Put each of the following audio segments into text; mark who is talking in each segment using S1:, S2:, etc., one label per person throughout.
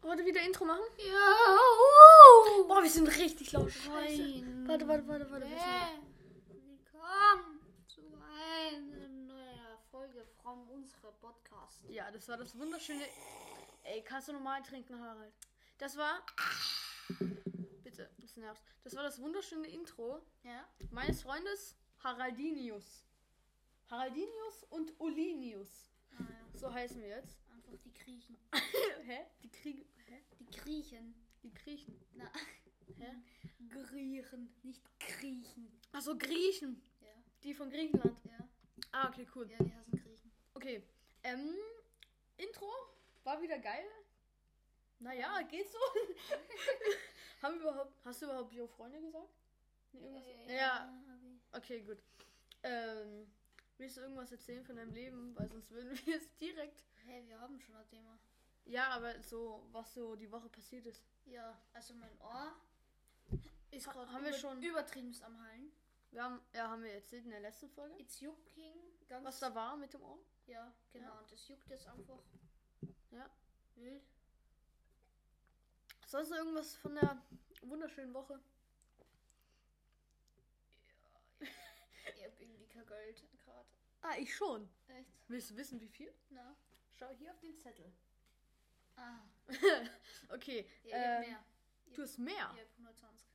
S1: Warte, wieder Intro machen?
S2: Ja. Uh.
S1: Boah, wir sind richtig laut.
S2: Nein.
S1: Warte, warte, warte, warte. warte.
S2: Willkommen zu einer neuen Folge von unserem Podcast.
S1: Ja, das war das wunderschöne. Ey, kannst du normal trinken, Harald? Das war. Bitte, das nervt. Das war das wunderschöne Intro
S2: Ja.
S1: meines Freundes Haraldinius. Haraldinius und Olinius.
S2: Naja,
S1: So heißen wir jetzt.
S2: einfach die Griechen.
S1: Hä? Die Kriegen. Hä?
S2: Die Griechen.
S1: Die Griechen.
S2: Na,
S1: Hä?
S2: Griechen, nicht Griechen.
S1: Achso, Griechen.
S2: Ja.
S1: Die von Griechenland.
S2: Ja.
S1: Ah, okay, cool.
S2: Ja, die heißen Griechen.
S1: Okay. Ähm, Intro war wieder geil. Naja, geht so. Haben wir überhaupt, hast du überhaupt Jo Freunde gesagt? Nee, irgendwas? Ja, okay, gut. Ähm, willst du irgendwas erzählen von deinem Leben? Weil sonst würden wir es direkt.
S2: Hey, wir haben schon ein Thema.
S1: Ja, aber so, was so die Woche passiert ist.
S2: Ja, also mein Ohr ist
S1: Ha-
S2: gerade
S1: haben wir schon-
S2: übertrieben am Hallen.
S1: Wir haben, ja, haben wir erzählt in der letzten Folge,
S2: It's jucking ganz.
S1: was da war mit dem Ohr.
S2: Ja, genau.
S1: Ja.
S2: Und das juckt jetzt einfach.
S1: Ja.
S2: Wild.
S1: Sonst noch irgendwas von der wunderschönen Woche.
S2: Ich hab irgendwie kein Geld gerade.
S1: Ah, ich schon.
S2: Echt?
S1: Willst du wissen, wie viel?
S2: Na?
S1: Schau hier auf den Zettel.
S2: Ah.
S1: okay.
S2: Ja, ich hab
S1: ähm,
S2: mehr.
S1: Du hast mehr.
S2: Ich hab 120.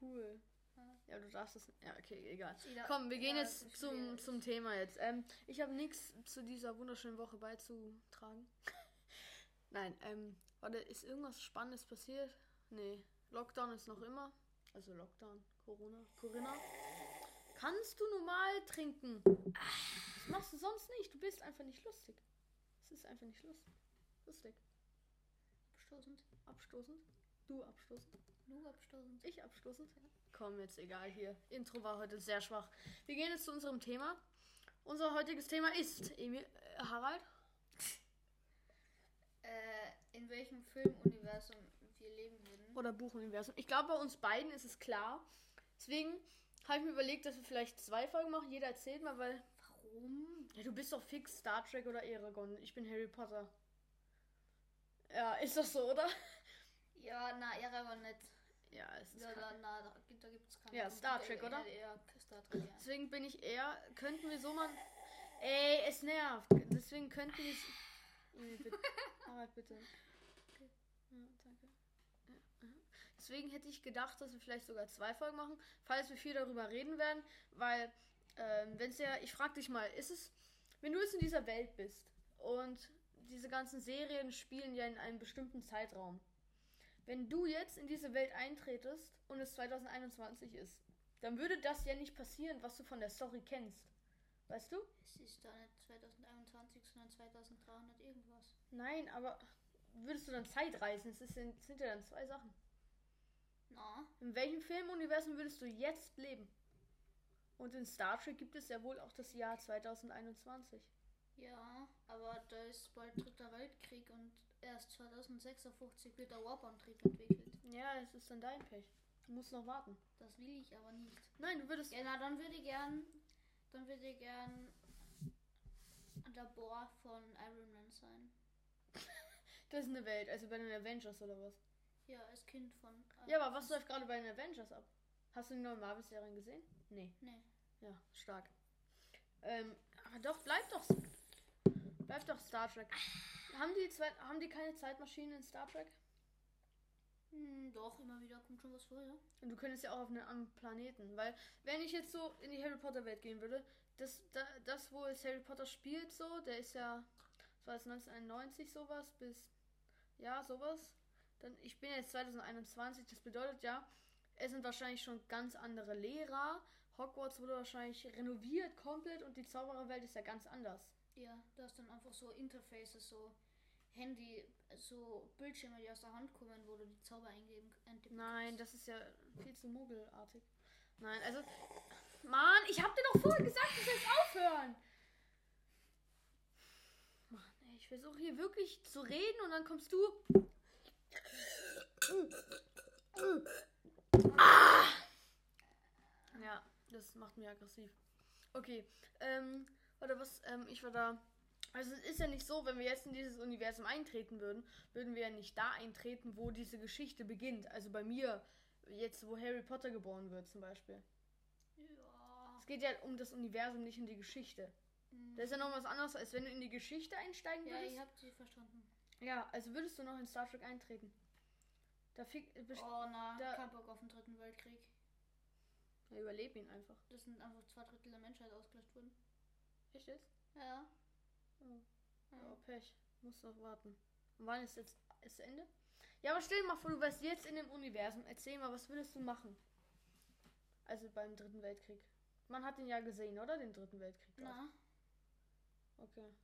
S1: Cool.
S2: Ja.
S1: Ja, du darfst es. Ja, okay, egal.
S2: Jeder-
S1: Komm, wir gehen
S2: ja, das
S1: jetzt
S2: ist
S1: zum,
S2: schwierig.
S1: zum Thema jetzt. Ähm, ich habe nichts zu dieser wunderschönen Woche beizutragen. Nein, ähm, warte, ist irgendwas Spannendes passiert? Nee, Lockdown ist noch immer. Also Lockdown, Corona, Corinna. Kannst du normal trinken? Das machst du sonst nicht. Du bist einfach nicht lustig. Es ist einfach nicht lustig. Lustig.
S2: Abstoßend.
S1: Abstoßend. Du abstoßend.
S2: Nur abstoßend.
S1: Ich abstoßend? Komm, jetzt egal hier. Intro war heute sehr schwach. Wir gehen jetzt zu unserem Thema. Unser heutiges Thema ist Emil, äh, Harald.
S2: Äh, in welchem Filmuniversum wir leben würden?
S1: oder Buchuniversum. Ich glaube, bei uns beiden ist es klar. Deswegen habe ich mir überlegt, dass wir vielleicht zwei Folgen machen. Jeder erzählt mal, weil
S2: Warum?
S1: ja, du bist doch fix Star Trek oder Eragon. Ich bin Harry Potter. Ja, ist das so, oder?
S2: Ja, na, ja, aber nicht.
S1: Ja, es ist
S2: Ja,
S1: kacke.
S2: da, na, da, gibt- da gibt's keine.
S1: Ja,
S2: Ahnung.
S1: Star
S2: Äh,
S1: Trek,
S2: äh,
S1: oder?
S2: Ja, Star Trek, ja.
S1: Deswegen bin ich eher, könnten wir so machen. Ey, es nervt. Deswegen könnten wir. es- Nee, bitte. Arbeit bitte. Ja, danke. Ja, aha. Deswegen hätte ich gedacht, dass wir vielleicht sogar zwei Folgen machen, falls wir viel darüber reden werden, weil, ähm, wenn es ja, ich frag dich mal, ist es, wenn du jetzt in dieser Welt bist und diese ganzen Serien spielen ja in einem bestimmten Zeitraum, wenn du jetzt in diese Welt eintretest und es 2021 ist, dann würde das ja nicht passieren, was du von der Story kennst. Weißt du?
S2: Es ist da nicht 2021, sondern 2300 irgendwas.
S1: Nein, aber würdest du dann Zeit reisen? Es ist- sind, sind ja dann zwei Sachen.
S2: Na,
S1: In welchem Filmuniversum würdest du jetzt leben? Und in Star Trek gibt es ja wohl auch das Jahr 2021.
S2: ja, aber da ist bald dritter Weltkrieg und erst 2056 wird der Warp-Antrieb entwickelt.
S1: Ja, das ist dann dein Pech. Du musst noch warten.
S2: Das will ich aber nicht.
S1: Nein, du würdest.
S2: Ja, na, dann würde ich gern, dann würde ich gern der Bohr von Iron Man sein.
S1: Das ist eine Welt, also bei den Avengers oder was?
S2: Ja, als Kind von. Iron
S1: Ja, aber was
S2: Man.
S1: läuft gerade bei den Avengers ab? Hast du die neuen Marvel-Serien gesehen? Nee.
S2: Nee.
S1: Ja, stark. Ähm, aber doch, bleib doch. Bleib doch Star Trek. Haben die, zwei, haben die keine Zeitmaschine in Star Trek?
S2: Hm, doch, immer wieder kommt schon was vor, ja.
S1: Und du könntest ja auch auf einen anderen Planeten. Weil, wenn ich jetzt so in die Harry Potter Welt gehen würde, das, da, das wo es Harry Potter spielt, so, der ist ja, das war jetzt 1991 sowas, bis, ja, sowas. Dann, ich bin jetzt 2021, das bedeutet ja, es sind wahrscheinlich schon ganz andere Lehrer. Hogwarts wurde wahrscheinlich renoviert komplett und die Zaubererwelt ist ja ganz anders.
S2: Ja, da ist dann einfach so Interfaces, so Handy, so Bildschirme, die aus der Hand kommen, wo du die Zauber eingeben eintippen
S1: Nein, das
S2: kannst.
S1: ist ja viel zu mogelartig. Nein, also. Mann, ich hab dir doch vorher gesagt, du sollst aufhören! Mann, ey, ich versuche hier wirklich zu reden und dann kommst du. Ah! Ja, das macht mich aggressiv. Okay, ähm, oder was, ähm, ich war da. Also es ist ja nicht so, wenn wir jetzt in dieses Universum eintreten würden, würden wir ja nicht da eintreten, wo diese Geschichte beginnt. Also bei mir, jetzt wo Harry Potter geboren wird zum Beispiel.
S2: Ja. Hm.
S1: Es geht ja um das Universum, nicht um die Geschichte. Das ist ja noch was anderes, als wenn du in die Geschichte einsteigen
S2: Ja,
S1: würdest.
S2: ich
S1: Ja,
S2: hab sie verstanden.
S1: also würdest du noch in Star Trek eintreten. Da fick, best-
S2: Oh na,
S1: da-
S2: kein Bock auf den dritten Weltkrieg.
S1: ja, überleb ihn einfach.
S2: Das sind einfach zwei Drittel der Menschheit ausgelöscht worden.
S1: Echt jetzt?
S2: Ja.
S1: Oh.
S2: ja.
S1: Oh, Pech. Muss noch warten. Und wann ist jetzt ist zu Ende? Ja, aber stell dir mal vor, du wärst jetzt in dem Universum. Erzähl mal, was würdest du machen? Also beim Dritten Weltkrieg. Man hat ihn ja gesehen, oder? Den Dritten Weltkrieg. auch.
S2: Na,
S1: Okay.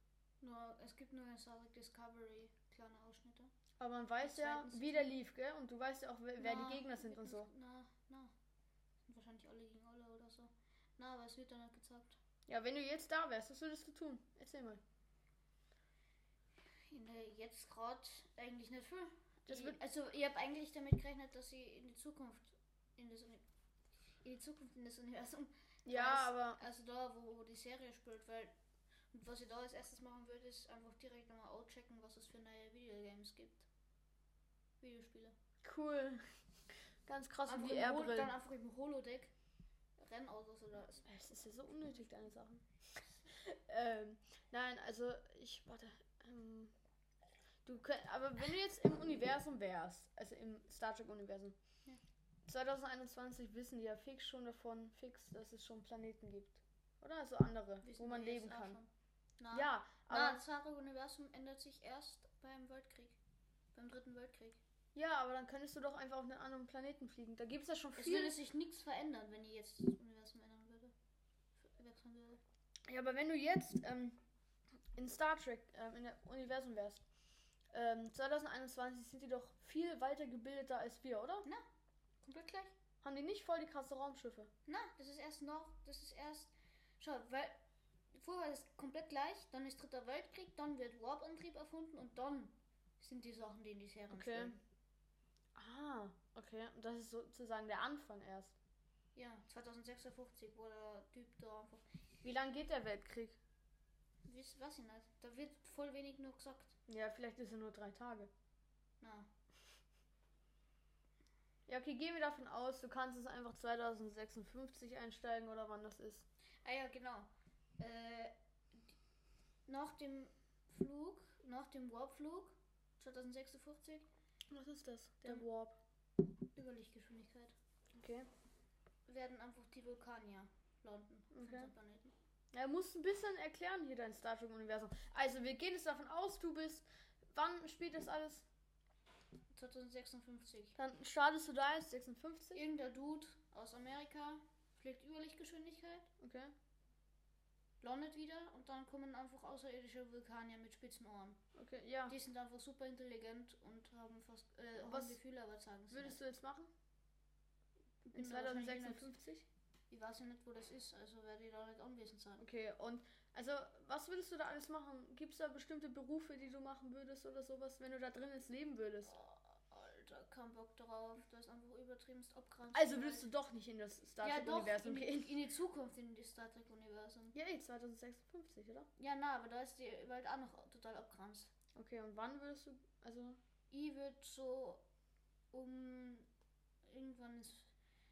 S2: nur, es gibt nur in Star Trek Discovery kleine Ausschnitte.
S1: Aber man weiß
S2: Im
S1: ja,
S2: Zweiten
S1: wie der lief, gell? Und du weißt ja auch, wer, wer
S2: Na,
S1: die Gegner sind
S2: wird
S1: und
S2: uns-
S1: so.
S2: Na, na. Sind wahrscheinlich alle gegen alle oder so. Na, aber es wird dann halt gezeigt.
S1: Ja, wenn du jetzt da wärst, was würdest du tun? Erzähl mal.
S2: Nee, jetzt gerade eigentlich nicht viel.
S1: Das
S2: Ich-
S1: wird-
S2: also ich habe eigentlich damit gerechnet, dass sie in die Zukunft in das Uni in die Zukunft in das Universum.
S1: Ja,
S2: reist.
S1: aber.
S2: also da, wo, wo die Serie spielt, weil und was ich da als erstes machen würde, ist einfach direkt nochmal outchecken, was es für neue Videogames gibt. Videospiele.
S1: Cool. Ganz krass,
S2: Einfach
S1: und die
S2: im Hol- dann
S1: Airbrille.
S2: einfach im Holodeck Rennautos oder so.
S1: Es ist ja so unnötig, deine Sachen. ähm, nein, also ich, warte. Ähm, du könnt, aber wenn du jetzt im Universum wärst, also im Star Trek-Universum,
S2: Ja.
S1: 2021 wissen die ja fix schon davon, fix, dass es schon Planeten gibt. Oder? Also andere, wo
S2: Wissen
S1: man
S2: wir
S1: leben
S2: jetzt auch
S1: kann.
S2: schon. Na,
S1: Ja, aber,
S2: Na, das wahre Universum ändert sich erst beim Weltkrieg. Beim dritten Weltkrieg.
S1: ja, aber dann könntest du doch einfach auf einen anderen Planeten fliegen. Da gibt es ja schon
S2: Es
S1: viel.
S2: würde sich nichts verändern, wenn ihr jetzt das Universum ändern würde. F- Wechseln würde.
S1: Ja, aber wenn du jetzt ähm, in Star Trek, ähm, in der Universum wärst, ähm, 2021 sind die doch viel weiter gebildeter als wir, oder?
S2: Komplett gleich.
S1: Haben die nicht voll die krasse Raumschiffe?
S2: Na, das ist erst noch, das ist erst. Schau, weil. Vorher war das komplett gleich, dann ist dritter Weltkrieg, dann wird Warp-Antrieb erfunden und dann sind die Sachen, die in die Serien
S1: Okay.
S2: spielen.
S1: Ah, okay. Und das ist sozusagen der Anfang erst.
S2: Ja, 2056 wurde der Typ da einfach.
S1: Wie lange geht der Weltkrieg?
S2: Wiss, weiß ich nicht. Da wird voll wenig nur gesagt.
S1: Ja, vielleicht ist er nur drei Tage.
S2: Na,
S1: Ja, okay, gehen wir davon aus, du kannst es einfach 2056 einsteigen oder wann das ist.
S2: Ah ja, genau. Äh, nach dem Flug, nach dem Warpflug 2056,
S1: Was ist das?
S2: Dann-
S1: Der Warp.
S2: über Lichtgeschwindigkeit,
S1: Okay.
S2: werden einfach die Vulkanier landen auf
S1: Okay.
S2: unserem Planeten.
S1: Ja, du musst ein bisschen erklären hier dein Star Trek-Universum. Also, wir gehen jetzt davon aus, du bist. Wann spielt das alles?
S2: 2056.
S1: Dann startest du da jetzt 56.
S2: Irgendein Dude aus Amerika fliegt über Lichtgeschwindigkeit,
S1: Okay.
S2: landet wieder und dann kommen einfach außerirdische Vulkanier mit spitzen Ohren.
S1: Okay, ja.
S2: Die sind einfach super intelligent und haben fast äh,
S1: Und
S2: haben
S1: was
S2: Gefühle, aber zeigen es
S1: Würdest
S2: nicht.
S1: du jetzt machen? In
S2: Bin da wahrscheinlich
S1: 2056?
S2: Ich weiß ja nicht, wo das ist, also werde ich da nicht anwesend sein.
S1: Okay, und also, was würdest du da alles machen? Gibt es da bestimmte Berufe, die du machen würdest oder sowas, wenn du da drin jetzt leben würdest?
S2: Oh, Alter, kein Bock drauf. Das ist einfach übertriebenst abgrenzt.
S1: Also würdest du doch nicht in das Star
S2: ja, doch,
S1: Trek-Universum
S2: in, die-
S1: gehen.
S2: in die Zukunft, in das Star Trek-Universum.
S1: Ja, eh, 2056, oder?
S2: Ja, na, aber da ist die Welt auch noch total abgrenzt.
S1: Okay, und wann würdest du. Also,
S2: Ich würde so um irgendwann ins-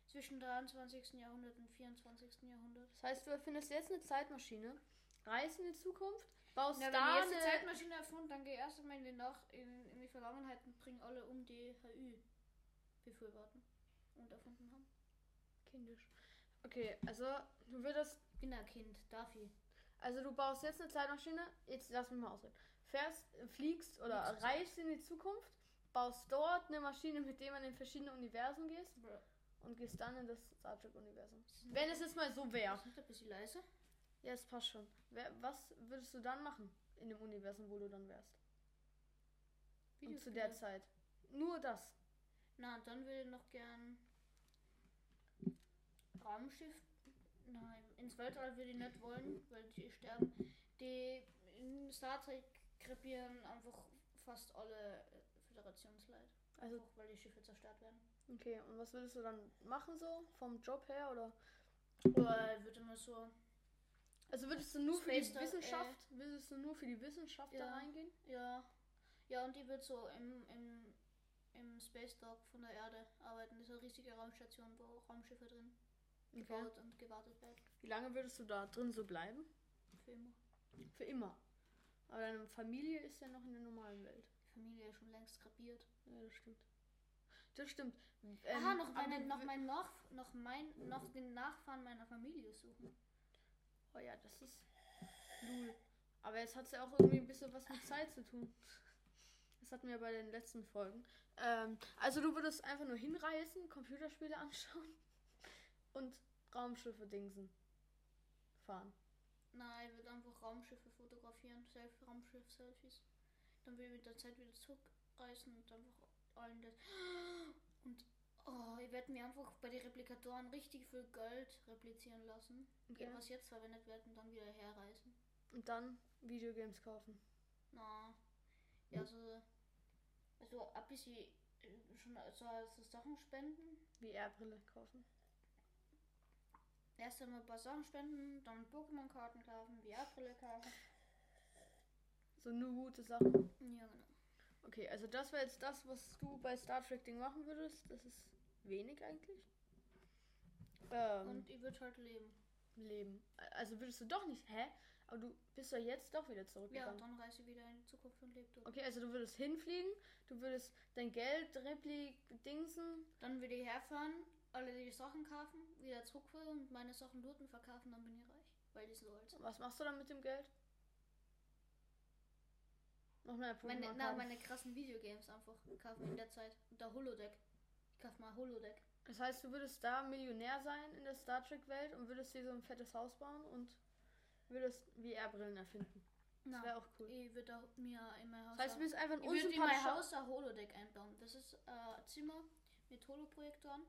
S2: zwischen 23. Jahrhundert und 24. Jahrhundert.
S1: das heißt, du erfindest jetzt eine Zeitmaschine, reist in die Zukunft, baust
S2: Na, wenn
S1: da
S2: ich
S1: eine.
S2: jetzt eine Zeitmaschine erfunden, dann gehe ich erst einmal in die, Nach in, in die Vergangenheit und bringe alle um, die HÜ befürworten und erfunden haben.
S1: Kindisch. Okay, also du würdest.
S2: Ich bin ein Kind, darf ich.
S1: Also du baust jetzt eine Zeitmaschine, jetzt lass mich mal ausreden. Fährst, äh, fliegst oder
S2: Fliegst.
S1: reist in die Zukunft, baust dort eine Maschine, mit der man in verschiedene Universen gehst.
S2: Bro,
S1: und gehst dann in das Star Trek-Universum.
S2: das ist
S1: Wenn es jetzt mal so wäre.
S2: Ist nicht ein bisschen leise?
S1: Ja, es passt schon. Wer, was würdest du dann machen in dem Universum, wo du dann wärst? Und zu der
S2: Videospiele.
S1: Zeit. Nur das.
S2: Na, dann würde ich noch gern Raumschiff. Nein, ins Weltall würde ich nicht wollen, weil die sterben. Die in Star Trek krepieren einfach fast alle äh, Föderationsleid.
S1: Also-
S2: Auch weil die Schiffe zerstört werden.
S1: Okay, und was würdest du dann machen Äh, so? Vom Job her oder?
S2: Oder ich würde mal so
S1: Also würdest du nur für die
S2: Space Dog, äh,
S1: Wissenschaft, würdest du nur für die Wissenschaft da
S2: ja.
S1: reingehen?
S2: Ja. Ja, und die wird so im, im, im Space Dog von der Erde arbeiten. Das ist eine riesige Raumstation, wo Raumschiffe drin gebaut und gewartet werden.
S1: Wie lange würdest du da drin so bleiben?
S2: Für immer.
S1: Für immer. Aber deine Familie ist ja noch in der normalen Welt.
S2: Die Familie ist schon längst krepiert.
S1: Ja, das stimmt. Das stimmt. Ähm,
S2: Aha, Ah, noch,
S1: aber
S2: meine,
S1: du
S2: noch,
S1: wi-
S2: mein, noch, noch, mein, noch den Nachfahren meiner Familie suchen.
S1: Oh ja, das ist. Lul. Aber jetzt hat es ja auch irgendwie ein bisschen was mit Zeit zu tun. Das hatten wir bei den letzten Folgen. Ähm, also du würdest einfach nur hinreisen, Computerspiele anschauen und Raumschiffe dingsen. Fahren.
S2: Nein, ich würde einfach Raumschiffe fotografieren, Selfie, Raumschiff-Selfies. Dann will ich mit der Zeit wieder zurückreisen und einfach allen das. Und oh, ich werde mir einfach bei den Replikatoren richtig viel Gold replizieren lassen.
S1: Okay.
S2: Was jetzt verwendet wird und dann wieder herreisen.
S1: Und dann Videogames kaufen.
S2: Na, ja, so. Also ein bisschen äh, schon so so Sachen spenden.
S1: VR-Brille kaufen.
S2: Erst einmal ein paar Sachen spenden, dann Pokémon-Karten kaufen, VR-Brille kaufen.
S1: So nur gute Sachen.
S2: Ja, genau.
S1: Okay, also das wäre jetzt das, was du bei Star Trek Ding machen würdest. Das ist wenig eigentlich. Ähm,
S2: Und ich würde halt leben.
S1: Leben. Also würdest du doch nicht, hä? Aber du bist doch jetzt doch wieder
S2: Ja,
S1: zurückgegangen.
S2: und dann reise ich wieder in die Zukunft und lebe dort.
S1: okay, also du würdest hinfliegen, du würdest dein Geld replik dingsen.
S2: Dann würde ich herfahren, alle die Sachen kaufen, wieder zurückfahren und meine Sachen dort und verkaufen, dann bin ich reich. Weil die sind alt.
S1: Was machst du dann mit dem Geld? Noch mehr Pokémon
S2: Meine, na,
S1: kaufen.
S2: meine krassen Videogames einfach kaufen in der Zeit. Und der Holodeck. Ich kauf mal Holodeck.
S1: Das heißt, du würdest da Millionär sein in der Star Trek Welt und würdest dir so ein fettes Haus bauen und würdest VR-Brillen erfinden. Das
S2: Na,
S1: wäre auch cool.
S2: ich würde auch mir in mein Haus.
S1: Das heißt, du bist einfach ein
S2: Ich würde in mein
S1: unsympathischer
S2: Haus ein Holodeck einbauen. Das ist äh, ein Zimmer mit Holoprojektoren.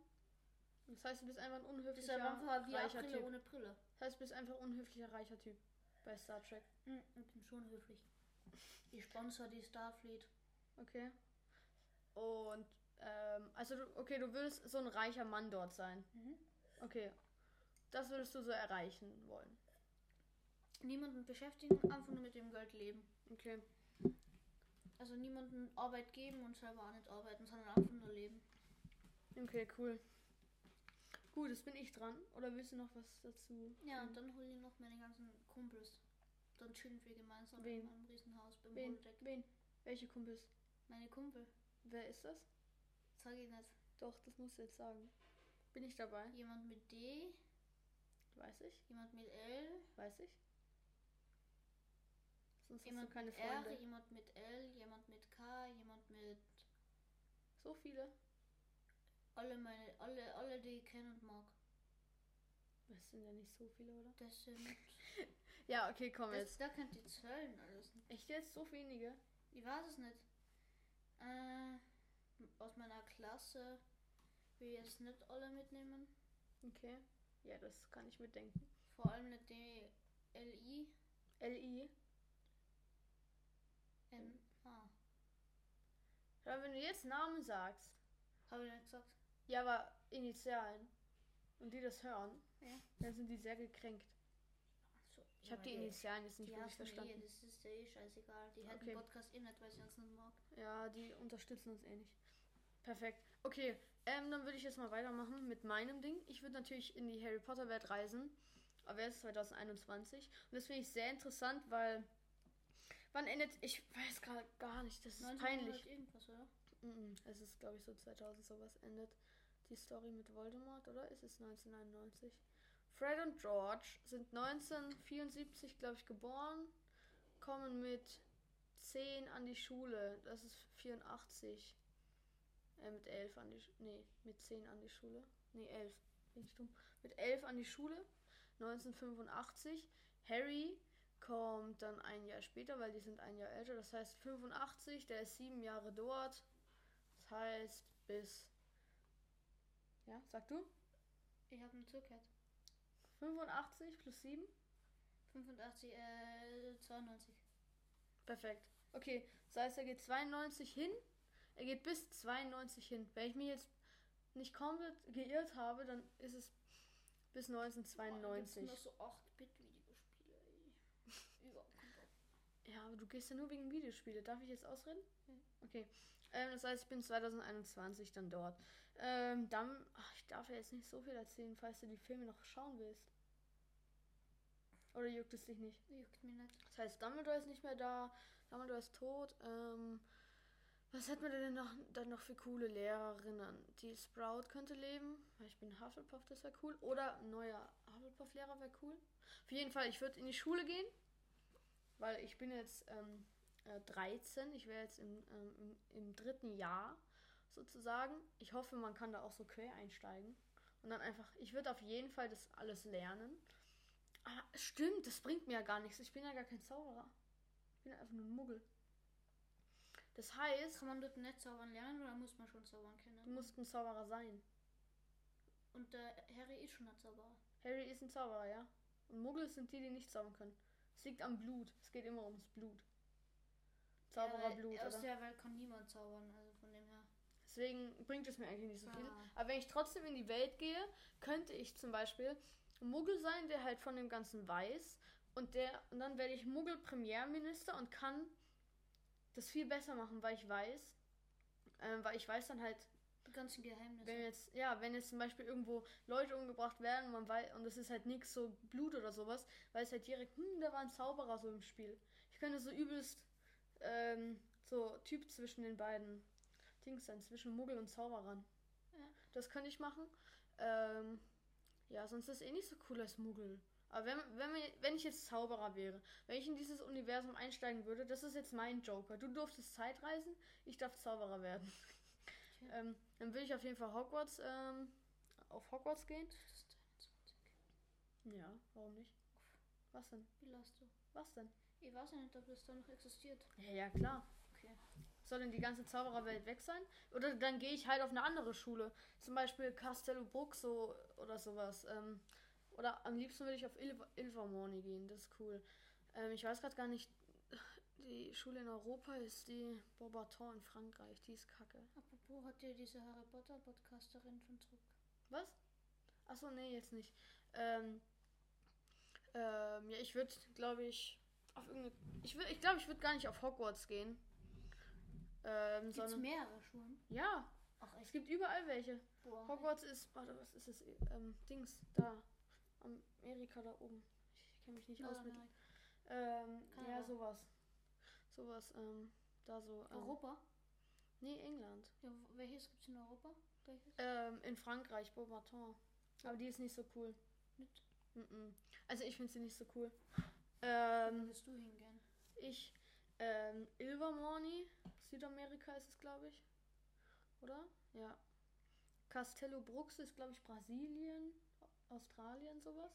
S1: Das heißt, du bist einfach ein
S2: Das ist aber
S1: unhöflicher,
S2: einfach wie eine
S1: reicher
S2: Brille
S1: Typ.
S2: ohne Brille.
S1: Das heißt, du bist einfach ein unhöflicher, reicher Typ bei Star Trek.
S2: Hm, Ich bin schon höflich. Ich sponsor die Starfleet.
S1: Okay. Und, ähm, also, du, okay, du würdest so ein reicher Mann dort sein.
S2: Mhm.
S1: Okay. Das würdest du so erreichen wollen.
S2: Niemanden beschäftigen, einfach nur mit dem Geld leben.
S1: Okay.
S2: Also niemanden Arbeit geben und selber auch nicht arbeiten, sondern einfach nur leben.
S1: Okay, cool. Gut, jetzt bin ich dran. Oder willst du noch was dazu?
S2: Ja, und dann hole ich noch meine ganzen Kumpels. Dann chillen wir gemeinsam
S1: Wen?
S2: in meinem Riesenhaus beim
S1: Wen?
S2: Holodeck.
S1: Wen? Welche Kumpels?
S2: Meine Kumpel,
S1: Wer ist das?
S2: sag ich nicht.
S1: Doch, das musst du jetzt sagen. Bin ich dabei?
S2: Jemand mit D,
S1: Weiß ich?
S2: jemand mit L,
S1: Weiß ich? Sonst hast
S2: jemand
S1: du keine
S2: mit R,
S1: Freunde.
S2: jemand mit L, jemand mit K, jemand mit
S1: So viele?
S2: alle meine, alle, alle die ich kenne und mag.
S1: Das sind ja nicht so viele, oder?
S2: Das sind.
S1: Ja, okay, komm
S2: Das,
S1: jetzt.
S2: da könnt ihr zählen alles.
S1: Echt jetzt so wenige?
S2: Ich weiß es nicht. Äh, aus meiner Klasse will ich jetzt nicht alle mitnehmen.
S1: Okay. Ja, das kann ich mitdenken.
S2: Vor allem nicht die LI.
S1: LI.
S2: N ah.
S1: Aber wenn du jetzt Namen sagst,
S2: Habe ich nicht gesagt.
S1: ja, aber Initialen, und die das hören,
S2: Ja.
S1: dann sind die sehr gekränkt.
S2: So,
S1: Ich habe die Initialen jetzt nicht
S2: Die
S1: wirklich
S2: hassen eh,
S1: verstanden.
S2: das ist ja eh scheißegal. Die hätten
S1: Okay.
S2: Podcast eh nicht, weil sie uns nicht mag.
S1: Ja, die unterstützen uns eh nicht. Perfekt. Okay, ähm, dann würde ich jetzt mal weitermachen mit meinem Ding. Ich würde natürlich in die Harry Potter Welt reisen, aber jetzt 2021. Und das finde ich sehr interessant, weil wann endet? Ich weiß gerade gar nicht. Das ist
S2: 1900
S1: peinlich.
S2: Irgendwas, oder?
S1: Mm, Es ist, glaube ich, so 2000 sowas endet. Die Story mit Voldemort, oder? Ist es 1991? Fred und George sind 1974, glaube ich, geboren, kommen mit 10 an die Schule. Das ist 84. Äh, mit 11 an die Schule. Nee, mit 10 an die Schule. Nee, 11. Bin ich dumm. Mit 11 an die Schule. 1985. Harry kommt dann ein Jahr später, weil die sind ein Jahr älter. Das heißt 85, der ist sieben Jahre dort. Das heißt bis. Ja, sag du?
S2: Ich habe eine zugehört.
S1: 85 plus 7?
S2: 85, äh, 92.
S1: Perfekt. Okay, das heißt, er geht 92 hin. Er geht bis 92 hin. Wenn ich mich jetzt nicht komplett geirrt habe, dann ist es bis
S2: Boah, da gibt's
S1: 1992.
S2: Nur so 8-Bit-Videospiele.
S1: aber du gehst ja nur wegen Videospiele. Darf ich jetzt ausreden? Okay. Ähm, das heißt, ich bin 2021 dann dort. Ähm, dann, ach, ich darf ja jetzt nicht so viel erzählen, falls du die Filme noch schauen willst. Oder juckt es dich nicht?
S2: Juckt mir nicht.
S1: Das heißt, Dumbledore ist nicht mehr da, Dumbledore ist tot. Ähm, was hätten wir denn noch, dann noch für coole Lehrerinnen? Die Sprout könnte leben, weil ich bin Hufflepuff, das wäre cool. Oder ein neuer Hufflepuff-Lehrer wäre cool. Auf jeden Fall, ich würde in die Schule gehen, weil ich bin jetzt ähm, äh, 13, ich wäre jetzt im, ähm, im, im dritten Jahr sozusagen. Ich hoffe, man kann da auch so quer einsteigen. Und dann einfach, ich würde auf jeden Fall das alles lernen. Ah, stimmt, das bringt mir ja gar nichts. Ich bin ja gar kein Zauberer. Ich bin ja einfach nur ein Muggel. Das heißt,
S2: Kann man dort nicht zaubern lernen oder muss man schon zaubern
S1: du
S2: können?
S1: musst ein Zauberer sein.
S2: Und der Harry ist schon ein Zauberer.
S1: Harry ist ein Zauberer, ja. Und Muggel sind die, die nicht zaubern können. Es liegt am Blut. Es geht immer ums Blut. Zaubererblut,
S2: Ja, weil Aus
S1: oder?
S2: der Welt kann niemand zaubern, also von dem her.
S1: Deswegen bringt es mir eigentlich nicht so viel.
S2: Ah.
S1: Aber wenn ich trotzdem in die Welt gehe, könnte ich zum Beispiel ein Muggel sein, der halt von dem Ganzen weiß. Und, der, und dann werde ich Muggel-Premierminister und kann das viel besser machen, weil ich weiß, ähm, weil ich weiß dann halt,
S2: Die ganzen Geheimnisse.
S1: Wenn jetzt, ja, wenn jetzt zum Beispiel irgendwo Leute umgebracht werden und man weiß, und es ist halt nichts so Blut oder sowas, weiß halt direkt, hm, da war ein Zauberer so im Spiel. Ich könnte so übelst ähm, so Typ zwischen den beiden Dings sein, zwischen Muggel und Zauberern.
S2: Ja.
S1: Das könnte ich machen. Ähm, ja, sonst ist eh nicht so cool als Muggel. Aber wenn, wenn, wir, wenn ich jetzt Zauberer wäre, wenn ich in dieses Universum einsteigen würde, das ist jetzt mein Joker. Du durftest Zeitreisen, ich darf Zauberer werden.
S2: Tja.
S1: ähm, dann würde ich auf jeden Fall Hogwarts, ähm, auf Hogwarts gehen.
S2: Das ist 23.
S1: Ja, warum nicht? Was denn?
S2: Wie lasst du?
S1: Was denn?
S2: Ich weiß ja nicht, ob das da noch existiert.
S1: Ja, ja klar.
S2: Okay.
S1: Soll denn die ganze Zaubererwelt weg sein? Oder dann gehe ich halt auf eine andere Schule. Zum Beispiel Castello Bruxo oder sowas. Ähm, oder am liebsten würde ich auf Ilv Ilvermorny gehen. Das ist cool. Ähm, ich weiß gerade gar nicht. Die Schule in Europa ist die Bourbaton in Frankreich. Die ist kacke.
S2: Apropos, hat dir diese Harry Potter Podcasterin schon zurück?
S1: Was? Achso, nee, jetzt nicht. Ähm, ähm, ja, ich würde, glaube ich, auf irgendeine. Ich glaube, ich, glaub, ich würde gar nicht auf Hogwarts gehen. Ähm,
S2: Gibt's
S1: sondern.
S2: mehrere Schulen?
S1: Ja,
S2: Ach
S1: es
S2: echt?
S1: gibt überall welche.
S2: Boah.
S1: Hogwarts ist. Warte, was ist das? Ähm, Dings, da. Amerika da oben. Ich kenne mich nicht
S2: Nein,
S1: aus mit.
S2: ah, nein.
S1: Ähm, ja,
S2: Kanada.
S1: sowas. Sowas, ähm, da so. Ähm,
S2: Europa?
S1: Nee, England.
S2: Ja, w- welches gibt's in Europa? Welches?
S1: Ähm, in Frankreich, Beaubaton. Aber die ist nicht so cool.
S2: Nicht?
S1: Mhm. Also ich finde sie nicht so cool.
S2: Wo
S1: Ähm,
S2: willst du hingehen?
S1: ich, ähm, Ilvermorny, Südamerika ist es, glaube ich. Oder? Ja. Castelo Brux ist, glaube ich, Brasilien, Australien, sowas.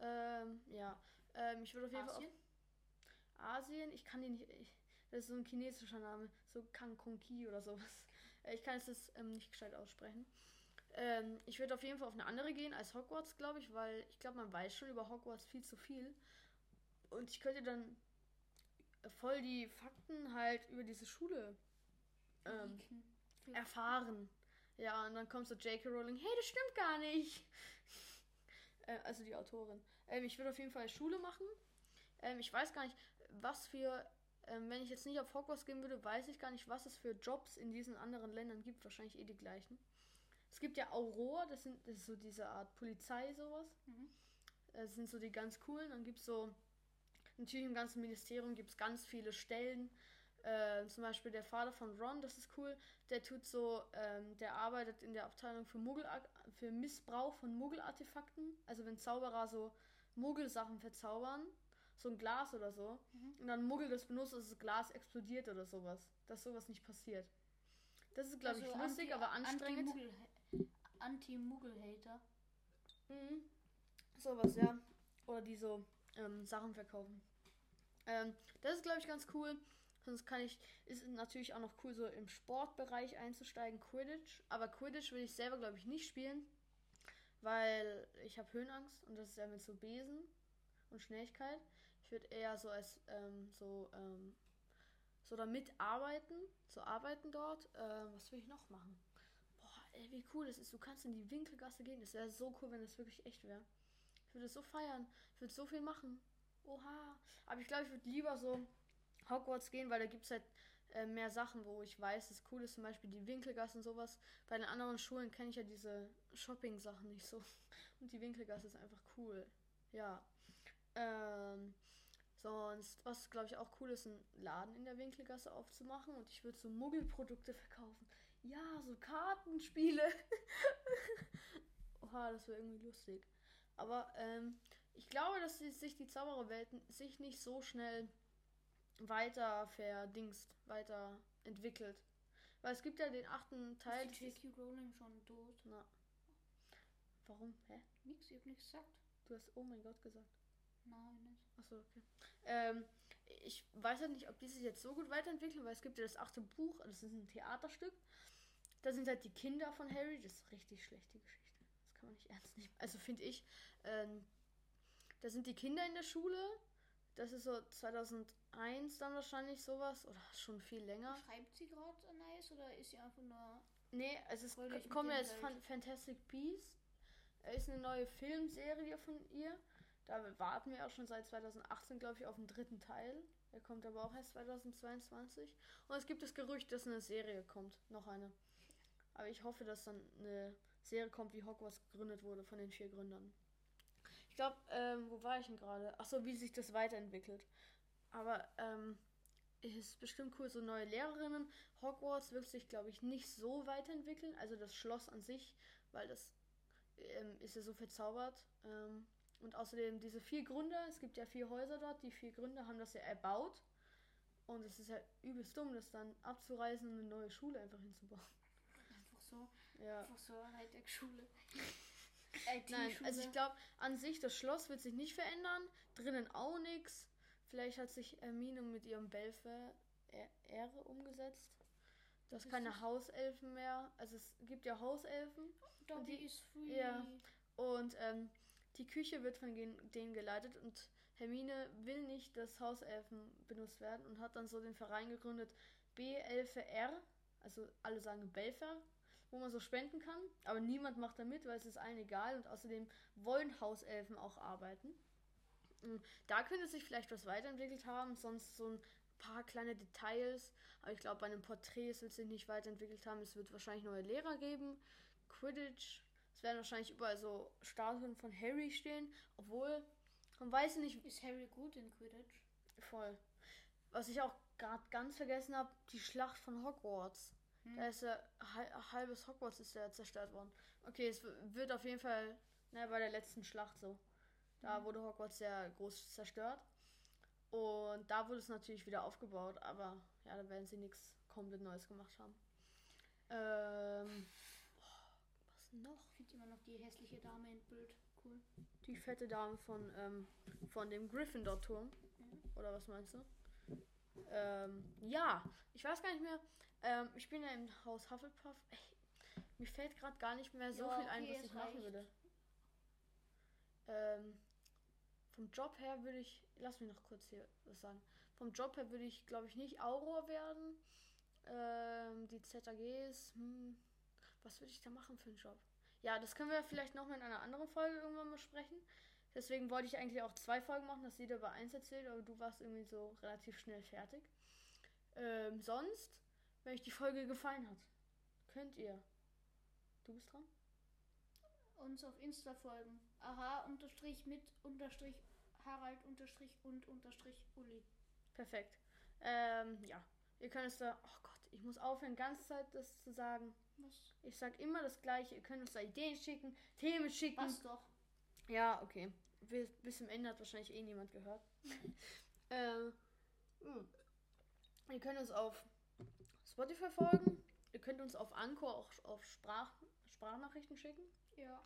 S1: Ähm, ja. Ähm, ich würde auf jeden Fall
S2: Asien?
S1: auf Asien. Ich kann die nicht. Ich, das ist so ein chinesischer Name. So Kangkunki oder sowas. Äh, Ich kann es jetzt ähm, nicht gescheit aussprechen. Ähm, ich würde auf jeden Fall auf eine andere gehen als Hogwarts, glaube ich, weil ich glaube, man weiß schon über Hogwarts viel zu viel. Und ich könnte dann voll die Fakten halt über diese Schule ähm,
S2: Leaken.
S1: erfahren. Ja, und dann kommt so J.K. Rowling, hey, das stimmt gar nicht. äh, also die Autorin. Ähm, ich würde auf jeden Fall Schule machen. Ähm, ich weiß gar nicht, was für, ähm, wenn ich jetzt nicht auf Hogwarts gehen würde, weiß ich gar nicht, was es für Jobs in diesen anderen Ländern gibt. Wahrscheinlich eh die gleichen. Es gibt ja Aurora, das, sind, das ist so diese Art Polizei, sowas.
S2: Mhm.
S1: Das sind so die ganz coolen. Dann gibt es so, natürlich im ganzen Ministerium gibt es ganz viele Stellen. Ähm, zum Beispiel der Vater von Ron, das ist cool. Der tut so, ähm, der arbeitet in der Abteilung für Muggel für Missbrauch von Muggelartefakten. Also wenn Zauberer so Muggelsachen verzaubern, so ein Glas oder so,
S2: Mhm.
S1: und dann Muggel das benutzt, dass das Glas explodiert oder sowas. Dass sowas nicht passiert. Das ist, glaube ich,
S2: Also
S1: lustig,
S2: anti-
S1: aber anstrengend.
S2: Anti-Muggel- Anti-Muggel-Hater.
S1: Mhm. Sowas, ja. Oder die so ähm, Sachen verkaufen. Ähm, das ist, glaube ich, ganz cool. Sonst kann ich, ist natürlich auch noch cool, so im Sportbereich einzusteigen, Quidditch. Aber Quidditch will ich selber, glaube ich, nicht spielen, weil ich habe Höhenangst und das ist ja mit so Besen und Schnelligkeit. Ich würde eher so als ähm, so ähm, so damit arbeiten, so arbeiten dort. Ähm, was will ich noch machen? Boah, ey, wie cool das ist. Du kannst in die Winkelgasse gehen. Das wäre so cool, wenn das wirklich echt wäre. Ich würde es so feiern. Ich würde so viel machen. Oha. Aber ich glaube, ich würde lieber so Hogwarts gehen, weil da gibt es halt äh, mehr Sachen, wo ich weiß, das cool ist, zum Beispiel die Winkelgasse und sowas. Bei den anderen Schulen kenne ich ja diese Shopping-Sachen nicht so. Und die Winkelgasse ist einfach cool. Ja. Ähm, sonst, was glaube ich auch cool ist, einen Laden in der Winkelgasse aufzumachen und ich würde so Muggelprodukte verkaufen. Ja, so Kartenspiele. Oha, das wäre irgendwie lustig. Aber ähm, ich glaube, dass die, sich die Zaubererwelten sich nicht so schnell weiter verdingst, weiter entwickelt. Weil es gibt ja den achten Teil.
S2: Ist die
S1: das ist-
S2: J.K. Rowling schon tot?
S1: na. Warum? Hä?
S2: Nix, ich hab nichts gesagt.
S1: Du hast oh mein Gott gesagt.
S2: Nein, nicht.
S1: Achso, okay. Ähm, ich weiß halt nicht, ob die sich jetzt so gut weiterentwickeln, weil es gibt ja das achte Buch, das ist ein Theaterstück. Da sind halt die Kinder von Harry, das ist richtig schlechte Geschichte. Das kann man nicht ernst nehmen. Also finde ich, ähm, da sind die Kinder in der Schule. Das ist so 2001 dann wahrscheinlich sowas oder schon viel länger.
S2: Schreibt sie gerade an Eis oder ist sie einfach nur.
S1: Nee, also es
S2: Fröhlich
S1: k-
S2: mit
S1: kommen ja
S2: dem
S1: jetzt
S2: Welt.
S1: Fan Fantastic Beasts. Äh, Ist eine neue Filmserie von ihr. Da warten wir auch schon seit 2018, glaube ich, auf den dritten Teil. Der kommt aber auch erst 2022. Und es gibt das Gerücht, dass eine Serie kommt. Noch eine. Aber ich hoffe, dass dann eine Serie kommt, wie Hogwarts gegründet wurde von den vier Gründern. Ich glaube, ähm, wo war ich denn gerade? Achso, wie sich das weiterentwickelt. Aber ähm, ist bestimmt cool, so neue Lehrerinnen. Hogwarts wird sich, glaube ich, nicht so weiterentwickeln. Also das Schloss an sich, weil das ähm, ist ja so verzaubert. Ähm, und außerdem diese vier Gründer, es gibt ja vier Häuser dort, die vier Gründer haben das ja erbaut. Und es ist ja übelst dumm, das dann abzureißen und eine neue Schule einfach hinzubauen.
S2: Einfach so.
S1: Ja.
S2: Einfach so eine Hightech-Schule.
S1: Nein, also ich glaube,
S2: glaube.
S1: an sich, das Schloss wird sich nicht verändern. Drinnen auch nichts. Vielleicht hat sich Hermine mit ihrem Belfe Ehre umgesetzt. Du hast
S2: ist
S1: keine
S2: das?
S1: Hauselfen mehr. Also es gibt ja Hauselfen.
S2: Dobby
S1: die-
S2: ist free.
S1: ja. Und ähm, die Küche wird von gen- denen geleitet und Hermine will nicht, dass Hauselfen benutzt werden und hat dann so den Verein gegründet B11R, also alle sagen Belfer, wo man so spenden kann, aber niemand macht da mit, weil es ist allen egal und außerdem wollen Hauselfen auch arbeiten. Mm, Da könnte sich vielleicht was weiterentwickelt haben, sonst so ein paar kleine Details, aber ich glaube, bei den Porträts wird sich nicht weiterentwickelt haben. Es wird wahrscheinlich neue Lehrer geben, Quidditch, es werden wahrscheinlich überall so Statuen von Harry stehen, obwohl man weiß nicht
S2: Ist Harry gut in Quidditch?
S1: voll. Was ich auch gerade ganz vergessen habe, die Schlacht von Hogwarts.
S2: Hm.
S1: Da ist ja hal- halbes Hogwarts ist ja zerstört worden. Okay, es w- wird auf jeden Fall na, bei der letzten Schlacht so. Da
S2: Mhm.
S1: wurde Hogwarts sehr groß zerstört. Und da wurde es natürlich wieder aufgebaut, aber ja, da werden sie nichts komplett Neues gemacht haben. Ähm, boah, was noch?
S2: Ich finde immer noch die hässliche Dame im Bild cool.
S1: Die fette Dame von, ähm, von dem Gryffindor-Turm.
S2: Mhm.
S1: Oder was meinst du? Ähm, ja, ich weiß gar nicht mehr. Ähm, ich bin ja im Haus Hufflepuff. Ey, mir fällt gerade gar nicht mehr so
S2: Ja,
S1: viel ein,
S2: okay,
S1: was
S2: es
S1: ich machen
S2: reicht.
S1: würde. Ähm, vom Job her würde ich. Lass mich noch kurz hier was sagen. Vom Job her würde ich, glaube ich, nicht Auror werden. Ähm, die ZAGs. Hm, was würde ich da machen für einen Job? Ja, das können wir vielleicht nochmal in einer anderen Folge irgendwann mal sprechen. Deswegen wollte ich eigentlich auch zwei Folgen machen, dass jeder bei eins erzählt, aber du warst irgendwie so relativ schnell fertig. Ähm, sonst, wenn euch die Folge gefallen hat, könnt ihr. Du bist dran?
S2: Uns auf Insta folgen. Aha, unterstrich mit, unterstrich Harald, unterstrich und, unterstrich Uli.
S1: Perfekt. Ähm, ja. Ihr könnt es da. Oh Gott, ich muss aufhören, ganze Zeit das zu sagen.
S2: Was?
S1: Ich sag immer das Gleiche. Ihr könnt uns da Ideen schicken, Themen schicken.
S2: Was doch?
S1: Ja, okay. Bis, bis zum Ende hat wahrscheinlich eh niemand gehört. ähm, hm. ihr könnt uns auf Spotify folgen. Ihr könnt uns auf Anchor auch auf Sprach, Sprachnachrichten schicken.
S2: Ja.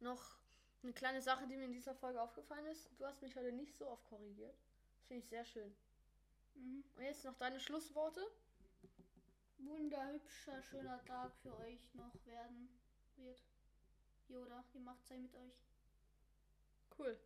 S1: Noch eine kleine Sache, die mir in dieser Folge aufgefallen ist. Du hast mich heute nicht so oft korrigiert. Das finde ich sehr schön.
S2: Mhm.
S1: Und jetzt noch deine Schlussworte.
S2: Wunderhübscher, schöner Tag für euch noch halt werden wird. Yoda, ihr macht's sei mit euch.
S1: Cool.